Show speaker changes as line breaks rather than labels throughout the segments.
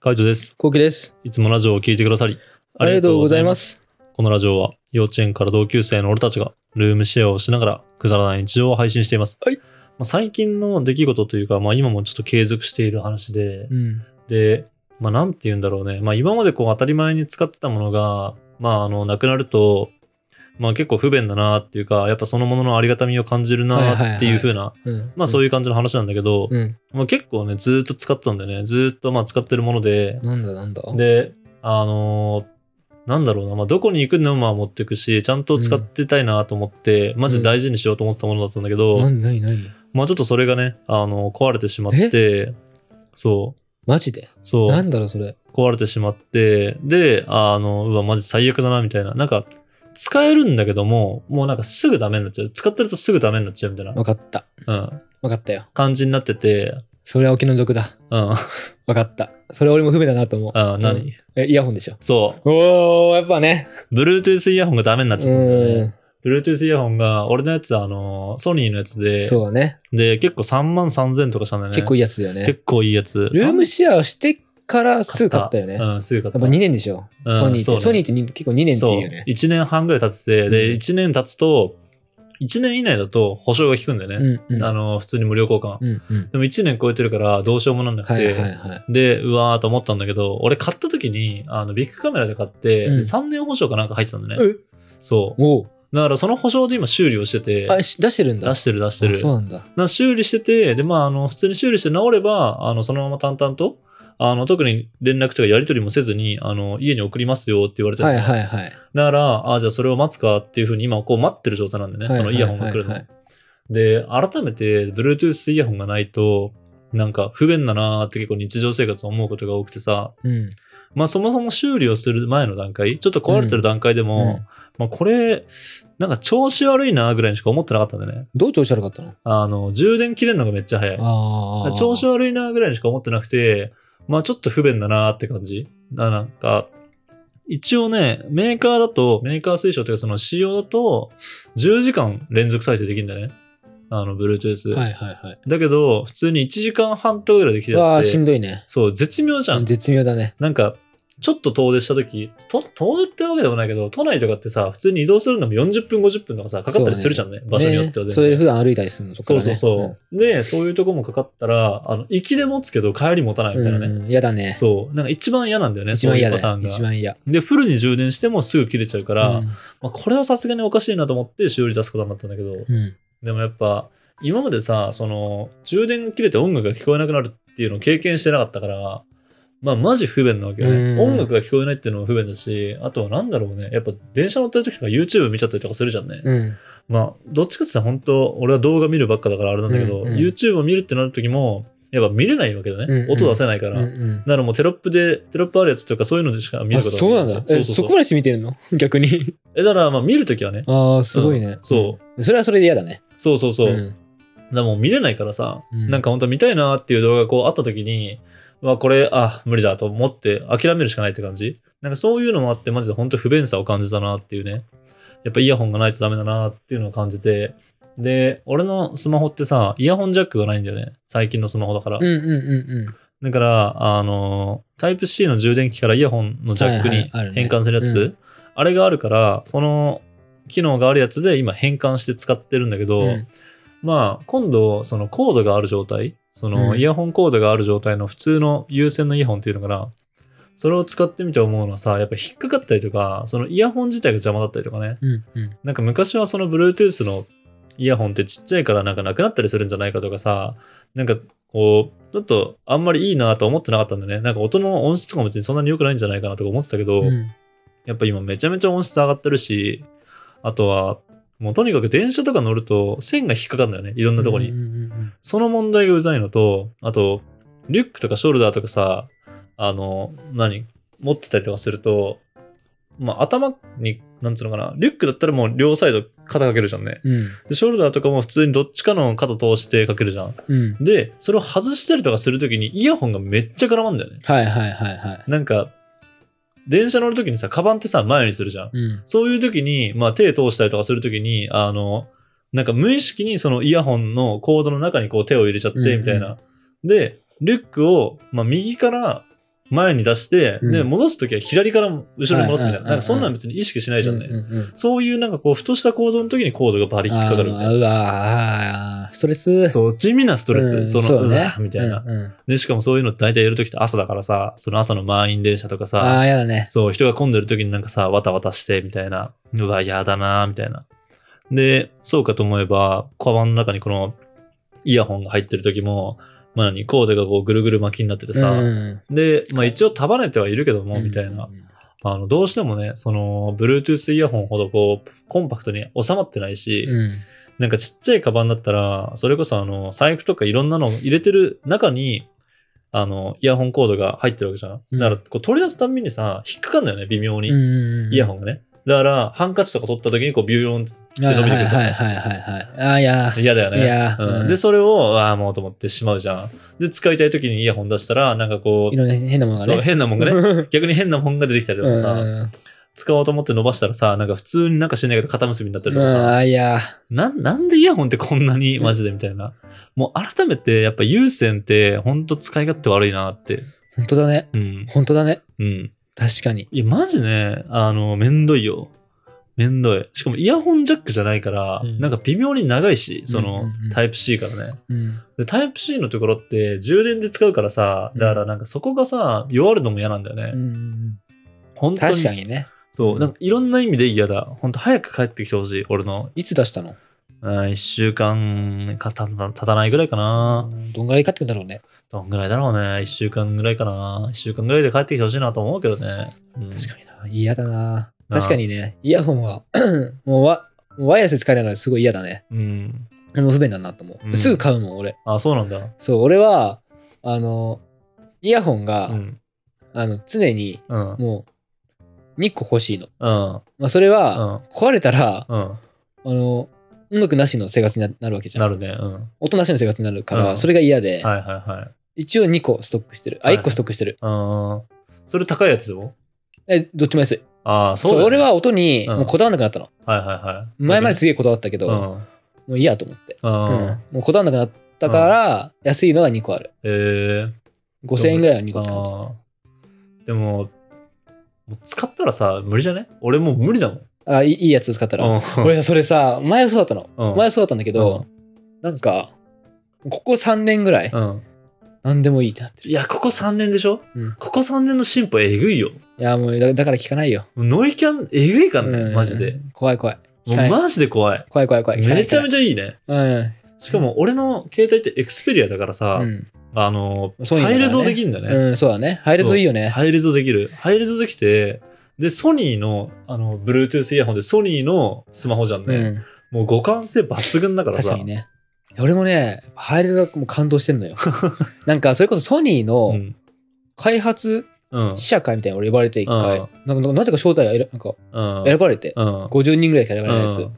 カイトです。
コウキです。
いつもラジオを聞いてくださり、
ありがとうございま
ありがとうございます。
す。
このラジオは、幼稚園から同級生の俺たちが、ルームシェアをしながら、くだらない日常を配信しています。
はい
まあ、最近の出来事というか、まあ、今もちょっと継続している話で、
うん。
で、まあ、なんて言うんだろうね。まあ、今までこう、当たり前に使ってたものが、まあ、あの、なくなると、まあ、結構不便だなっていうか、やっぱそのもののありがたみを感じるなっていう風な、
うん。
まあ、そう
い
いう感じの話なんだけど、
うん。うん。
まあ、結構ね、ずーっと使ってたんだよね。ずーっと、まあ、使ってるもので、
なんだなんだ。
で、あのーなんだろうな、まあ、どこに行くのもまあ持ってくし、ちゃんと使ってたいなと思って、マジで大事にしようと思ってたものだったんだけど、
なになになに
まあちょっとそれがね、あの壊れてしまって、そ
マジで
う、そ
な
う、
んだろうそれ。
壊れてしまって、で、あの、うわ、マジ最悪だな、みたいな。なんか、使えるんだけども、もうなんかすぐダメになっちゃう。使ってるとすぐダメになっちゃうみたいな
わ、かった。
うん、
わかったよ。
感じになってて、
それはお気の毒だ。
うん、あ
わかった。それ俺も不便だなと思う。
何、
うんえ、イヤホンでしょ。
そう、
おー、やっぱね。
Bluetooth イヤホンがダメになっちゃったんだよね。
う
Bluetooth イヤホンが、俺のやつ、あの、ソニーのやつで
ん。、そうだね。
で、結構3万3000とかしたんだよね。
結構いいやつだよ
結構いい、
ね。
やつ。
ルームシェアをしてからすぐ買ったよね。やっ
うん、すぐ買った。
ぱ2年でしょ。
うん
ソニーっ
そう
て。
ね
ソニーってに結構2年って
そう、
いうね。
1年半ぐらい経ってて、で、
うん
1年経つと、1年以内だと保証が効くんだよね。
うんうん。
あの、普通に無料交換。
うんうん。
でも1年超えてるから、どうしようもなんなくて、
はいはいはい。
で、うわーと思ったんだけど、俺買った時に、あの、ビッグカメラで買って、
うん
で3年保証かなんか入ってたんだね。
え
そ
おー
う。だからその保証で今修理をしてて、
あ、し出してるんだ。
出してる出してる。
あそうなんだ。
な修理してて、で、まあ、あの、普通に修理して治れば、あの、そのまま淡々と、あの、特に連絡とかやり取りもせずに、あの、家に送りますよって言われてた
はい
だか
はいはい。
ら、あ、じゃあそれを待つかっていうふうに今こう待ってる状態なんでね、そのイヤホンが来る
はいはいはい
の
は
で、
い。
改めて、Bluetooth イヤホンがないと、なんか不便だなーって結構日常生活思うことが多くてさ、
うん。
まあそもそも修理をする前の段階、ちょっと壊れてる段階でも、
うん
まあこれ、なんか調子悪いなーぐらいにしか思ってなかったんだよね。
どう調子悪かったの
あの、充電切れるのがめっちゃ早い。
ああ。
調子悪いなぐらいにしか思ってなくて、まあちょっと不便だなって感じ。だなんか、一応ね、メーカーだと、メーカー推奨というかその仕様だと、10時間連続再生できるんだね。あの、Bluetooth。
はいはいはい。
だけど、普通に1時間半とかぐらいできて
うわ
やっ
あ、しん
て、
どいね。
そう、絶妙じゃん。
絶妙だね。
なんか、ちょっと遠出した時と遠出ってわけでもないけど、都内とかってさ、普通に移動するのも40分、50分とかさ、かかったりするじゃんね、場所によっては全然。
ねそれ普段歩いたりするの、そ
そ
っから
う
ね。
そうそう。で、そういうとこもかかったら、あの、行きで持つけど帰り持たないみ
う
たい
ん。
な
う
ね。
んうん。嫌だね。
そう。なんか一番嫌なんだよね、
一
そう
番
い
嫌
うパタ
だ
ーン
ね。
が。
一番嫌。
で、フルに充電してもすぐ切れちゃうから、
うん
まあ、これはさすがにおかしいなと思って修理出すことになったんだけど、
うん。
でもやっぱ、今までさ、その、充電が切れて音楽が聞こえなくなるっていうのを経験してなかったから、まあマジ不便なわけよ
う
ね。
ん
音楽が聞こえないっていうのも不便だし、あとはなんだろうね。やっぱ電車乗ってる時とか YouTube 見ちゃったりとかするじゃんね。
うん。
まあ、どっちかって言ったら本当、俺は動画見るばっかだからあれなんだけど、
うんうん
YouTube を見るってなる時も、やっぱ見れないわけだね。
うんうん
音出せないから。
う
だ
ん
からもうテロップで、テロップあるやつとかそういうのでしか見
うん。
る
あ、
ことが
そうなんだ。
でき
え
いそ
そうこ
そうそう
までして見てるの 逆に。
え、だからまあ見るときはね。
ああ、すごいね。。
そう
それはそれで嫌だね。
そうそうそう。だか
ん。
らもう見れないからさ、
うん
なんか本当見たいなっていう動画がこうあった時に、まあこれ、あ、無理だと思って諦めるしかないって感じ。なんかそういうのもあって、マジで本当不便さを感じたなっていうね。やっぱイヤホンがないとダメだなっていうのを感じて。で、俺のスマホってさ、イヤホンジャックがないんだよね。最近のスマホだから。
うんうんうんうん。
だから、あの、タイプ C の充電器からイヤホンのジャック
はいは
に
いあるね
変換するやつ、
うん
あれがあるから、その機能があるやつで今変換して使ってるんだけど、
うん
まあ、今度、そのコードがある状態、その
うん
イヤホンコードがある状態の普通の有線のイヤホンっていうのかな、それを使ってみて思うのはさ、やっぱ引っかかったりとか、そのイヤホン自体が邪魔だったりとかね、
うんうん。
なんか昔はその Bluetooth のイヤホンってちっちゃいからなんかなくなったりするんじゃないかとかさ、なんかこう、ちょっとあんまりいいなと思ってなかったんだよね。なんか音の音質とかも別にそんなに良くないんじゃないかなとか思ってたけど、
うん
やっぱ今めちゃめちゃ音質上がってるし、あとは、もうとにかく電車とか乗ると線が引っかかるんだよね。いろんなとこに。
うんうんうん
その問題がうざいのと、あと、リュックとかショルダーとかさ、あの、何持ってたりとかすると、まあ、頭に、なんつうのかな、リュックだったらもう両サイド肩かけるじゃんね。
うん。
で、ショルダーとかも普通にどっちかの肩通してかけるじゃん。
うんうん。
で、それを外したりとかするときにイヤホンがめっちゃ絡まんだよね。
はいはいはいはい。
なんか、電車乗るときにさ、カバンってさ、前にするじゃん。
うん。
そういう時に、まあ、手通したりとかする時に、あの、なんか無意識にそのイヤホンのコードの中にこう手を入れちゃっ
うんう
て、
ん
みたいな。で、リュックを、まあ、右から前に出して、
うん
で、戻すときは左から後ろに戻すみたい
はいはいはいはい
な。なんかそんなん別に意識しないじゃんね。
うんうんうん
そういうなんかこう、ふとした行動の時にコードがバリ引っかかるみたい
あ
な。
ーうわーストレス。
そう、地味なストレス。
うん
その、
そう
う
ね
わみたいな、
うんうん
で、しかもそういうのって大体やるときって朝だからさ、その朝の満員電車とか
あ
さ、
あ、やだね。
そう、人が混んでるときになんかさ、わたわたして、みたいな。うわ、やだな、みたいな。で、そうかと思えば、カバンの中にこの、イヤホンが入ってるときも、まあ何、コードがこうぐるぐる巻きになっててさ、
うん
で、まあ一応束ねてはいるけども、みたいな
う。ん
あの、どうしてもね、その、Bluetooth イヤホンほどこう、コンパクトに収まってないし、
うん。
なんかちっちゃいカバンだったら、それこそあの、財布とかいろんなのを入れてる中に、あの、イヤホンコードが入ってるわけじゃん。
うん
だから、こう取り出すたんびにさ、引っかかんだよね、微妙に。イヤホ
ン
ンがね。だから、ハンカチとか取った時にこう、ビューヨンって
って
伸びてくると
はいはいはいはいはい。ああ、いやー。
嫌だよね。
いやー
うん
うん
で、それを、ああ、もうと思ってしまうじゃん。で、使いたい時にイヤホン出したら、なんかこ、
いうろんな変なものがね。
そう、変なもんがね。逆に変なもんが出てきたりとか
うん
さ、使おうと思って伸ばしたらさ、なんか普通になんかしないけど肩結びになったり
う
と
ん。
か
あ
さ、
あ、いやー。
なんなんでイヤホンってこんなにマジでみたいな。もう改めてやっぱ有線ってほんと使い勝手悪いなって。
本当だね。
うん。
本当だね。
うん。
確かに。
いや、マジね、あの、めんどいよ。めんどい。しかもイヤホンジャックじゃないから、
うん
なんか微妙に長いし、その、
うんうんうん
タイプ C からね。
うん。
で、タイプ C のところって充電で使うからさ、だからなんかそこがさ、弱るのも嫌なんだよね。
うん
本当に。
確かにね。
そう、なんかいろんな意味で嫌だ。ほんと早く帰ってきてほしい、俺の
いつ出したの
あ1週間かた経たないぐらいかな。
どんぐらい買ってくんだろうね。
どんぐらいだろうね。1週間ぐらいかな。1週間ぐらいで帰ってきてほしいなと思うけどね。うん
確かにな。嫌だな。
なあ
確かにね、イヤホンは、 もうワもうワイヤレスで使えないのはすごい嫌だね。
うん。
でも不便だなと思
う
う。
ん
すぐ買うもん、俺。
あ、そうなんだ。
そう、俺は、あの、イヤホンが、
うん。
あの常に
うん。
もう2個欲しいの。
うん。
まあ、それ
う
は、
ん。
壊れたら、
うん。
あの、音楽なしの生活にななるわけじゃ。
なんるね。うん。はい
音なしの生活になるから、
うん
それが嫌で、
はいはい。
一応2個ストックしてる。あ、
はい
1個ストックしてる。
うん。それ高いやつでも
え、どっちも安い。
ああ、
そう
そうだね
俺、は音に
うん
もうこだわらなくなったの。
はいはいはい。
前まですげえこだわったけど、
う
も
ん。
ういいやと思って。
う。
うんんもうこだわらなくなったから、安いのが2個ある。
えー。
5000円ぐらいは2個って感じ。
あーでも、もう使ったらさ、無理じゃね俺もう無理だもん。
あ、いいいいやつ使ったら。
うん
俺さ、それさ、前はそうだったの。
うん
前はそうだったんだけど、なんか、ここ3年ぐらい、
うん。
何でもいいってなってる。
いや、ここ3年でしょ、
うん
ここ3年の進歩えぐいよ。
いや、もうだだから聞かないよ。
ノイキャンえぐいからね、
うん
マジで。。
怖い怖い。
も
聞
う
かない
マジで怖い。
怖い怖い怖い。
めちゃめ
ち
ちゃいいね。
ゃ。うん。
しかも俺の携帯ってエクスペリアだからさ、
うん
あの、
ソニーだから
ハ
ね
イレゾできるんだね。
うん、そうだね。入るといいよね。
ハイレゾできる。ハイレゾできて、で、ソニーの、あの、Bluetooth イヤホンでソニーのスマホじゃん
う
ね。
ん。
もう互換性抜群だから
確
さ。
かにね。俺もね、入るともう感動してん のよ。なんか、それこそソニー
う
の
ん。
開発
うん。
試写会みたいなの俺呼ばれて一回
うん。
なんか、なぜか招待が選なんか
うん。
選ばれて、
うん。
50人ぐらいしか選ばれないや
う
つ
ん。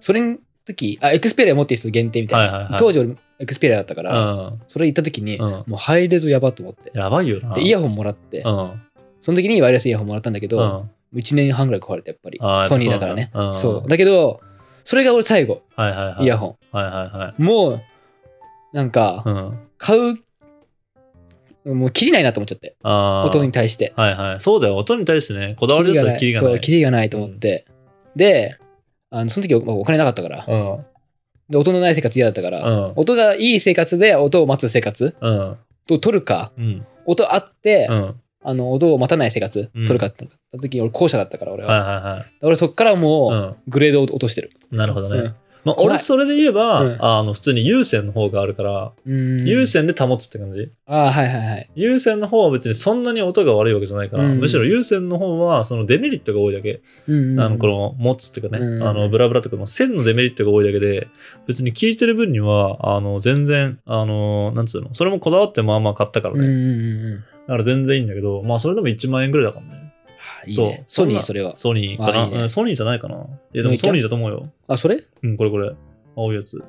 それの時、あ、エクスペリア持ってる人限定みた
はい
い
はいは
な。
い。
当時俺、エクスペリアだったから、
う
それ行った時に、
ん。うん。
もう入れずやばと思って。
やばいよな。
で、イヤホンもらって
う、ん。
その時にワイヤレスイヤホンもらったんだけ
う
ど、
ん。
1年半ぐらい壊れてやっぱり
あー
ソニーだからね
そうなんだうん
そうだけどそれが俺最後
はいはいはい。
イヤホ
はいはいはい。
ンもうなん
う
か
ん。
買うもう切りないなと思っちゃって
あー
音に対して
はいはい。そうだよ。音に対してね、こだわり
キ
出す
リが
と
な
キ
い
リが
そ
な
う
い。
キリがないと思ってであのその時おお金なかったから
うん。
で音のない生活嫌だったか
う
ら
ん。
音がいい生活で音を待つ生活
うん。
と取るか
うん。
音あって
うん。はい
あの音を待たない生活
うん
取るかってなった時に俺後者だったから俺
は
はい俺そっからもう
は
グレードを落としてる
い。うん。なるほど
う
ね
ん。
まあ、
怖い
俺それで言えば、
うん
あの、普通に有線の方があるから、
うん
有線で保つって感じ。
ああはいはいはい
有線の方は別にそんなに音が悪いわけじゃないから、
うん
むしろ有線の方は、そのデメリットが多いだけ。
うんうん
あの、この、持つっていうかね、
うん
あの、ブラブラとかの線のデメリットが多いだけで、別に聞いてる分には、あの、全然、あの、なんつうの、それもこだわってまあまあ買ったから
うんうん
ね。
うんうん
だから全然いいんだけど、まあそれでも1万円ぐらいだからね。
はあいいね。
そ
ソ
う
ニーそれは。
ソニーかな
あいいね
うんソニーじゃないかな。いやで
ノ
も
イキャン
ソニーだと思うよ。
あ、それ
うん、これこれ。青いやつ。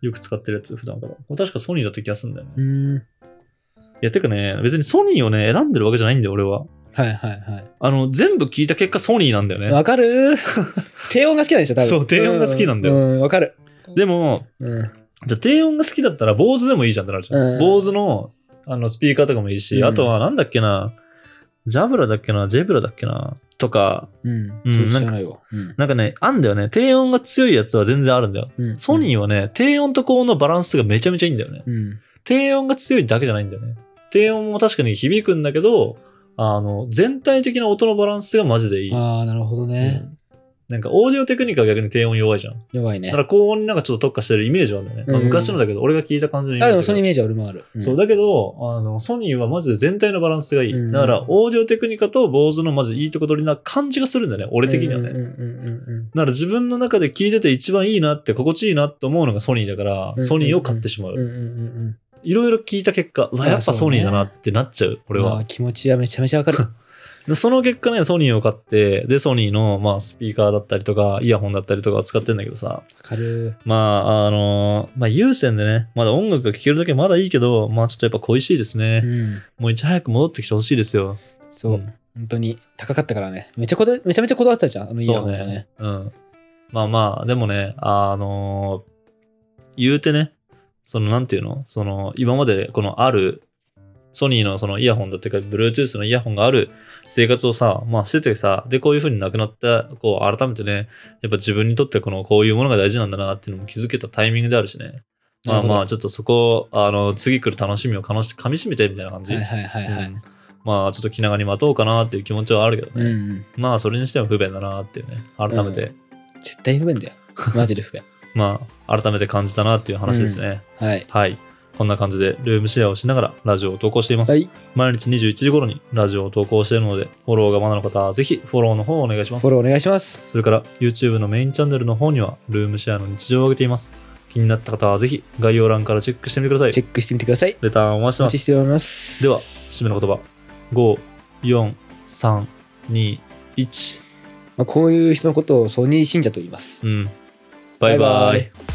よく使ってるやつ、普段から。これ確かソニーだった気がするんだよね。
うーん。
いや、てかね、別にソニーをね、選んでるわけじゃないんだよ、俺は。
はいはいはい
あの、全部聞いた結果ソニーなんだよ。ね。
わかる ー低音が好きなんでしょ、多分。
そう低音が好きなんだよ
うんうん、わかる。
でも、
うん。
じゃあ低音が好きだったら、坊主でもいいじゃんってなるじゃん。
うん
坊主のあの、スピーカーとかもいいし、
うん
あとはなんだっけな、ジャブラだっけな、ジェブラだっけな、とか、
うん。
うん
それ知らないわ。うん。
なんかね、あんだよね。低音が強いやつは全然あるんだよ。
うん
ソニーはね、低音と高音のバランスがめちゃめちゃいいんだよね。
うん。
低音が強いだけじゃないんだよね。低音も確かに響くんだけど、あの、全体的な音のバランスがマジでいい。
ああ、なるほど
う
ね。
んなんか、オーディオテクニカは逆に低音弱いじゃん。
弱いね
だか。ら高音になんかちょっと特化してるイメージはあるんだよね。まあ
うん
昔のだけど、俺が聞いた感じのイメー
あ、
ジ
で
が。
もそのイメージは俺もある。ん
そう、だけど、あの、ソニーはマジで全体のバランスがいい。
うん
だから、オーディオテクニカと坊主のマジでいいとこ取りな感じがするんだよね、俺的にはね。
うんうんうんうん
だから自分の中で聞いてて一番いいなって心地いいなって思うのがソニーだから、
うん
ソニーを買ってしまう。
うんうんうんうん。
いろいろ聞いた結果、うわ、
ああ
やっぱソニーだなってなっちゃう、
こ
俺は。
気持ちはめちゃめちゃわかる。
でその結果ね、ソニーを買って、で、ソニーの、まあ、スピーカーだったりとか、イヤホンだったりとかを使ってんだけどさ、
わかる。
まあ、あのまあ、有線でね、まだ音楽が聴けるだけまだいいけど、まあ、ちょっとやっぱ恋しいですね
う。ん。
もういち早く戻ってきてほしいですよ。
そうう。本当に高かったからね。めちゃこだめちゃめちゃこだわってたじゃん。あのイヤ
そ
ホ
う
ンがね。。
うん。まあまあ、でもね、あの言うてね、その、なんていうのその、今までこのある、ソニーのそのイヤホンだってか、Bluetooth のイヤホンがある生活をさ、まあしててさ、で、こういう風になくなった、こう、改めてね、やっぱ自分にとってこの、こういうものが大事なんだなっていうのも気づけたタイミングであるしね。まあま
な
あ、
る
ちょっとそこを、あの、次来る楽しみをかのし噛み締めてみたいな感
ほ
じ。
どはいはいはいは
う
い。
んまあ、ちょっと気長に待とうかなっていう気持ちはあるけどね。
うんうん。
まあ、それにしても不便だなっていうね、改めて、
絶対不便だよ。マジで不便。
まあ、改めて感じたなっていう話ですね。
はい。
はい。こんな感じで、ルームシェアをしながらラジオを投稿しています。
はい。
毎日21時頃にラジオを投稿しているので、フォローがまだの方は、ぜひフォローの方をお願いしま
フ
す
ォ。ローお願いします。
それから、YouTube のメインチャンネルの方には、ルームシェアの日常を上げています。気になった方は、ぜひ概要欄からチェックしてみてください
チ。ェックしてみてください。
レターンお待ちして
お
ま
待ち
す。
しております。
では、締めの言葉。5、4、3、2、1。
まあ、こういう人のことをソニー信者と言います。
うん。バイバイ。
バイバイ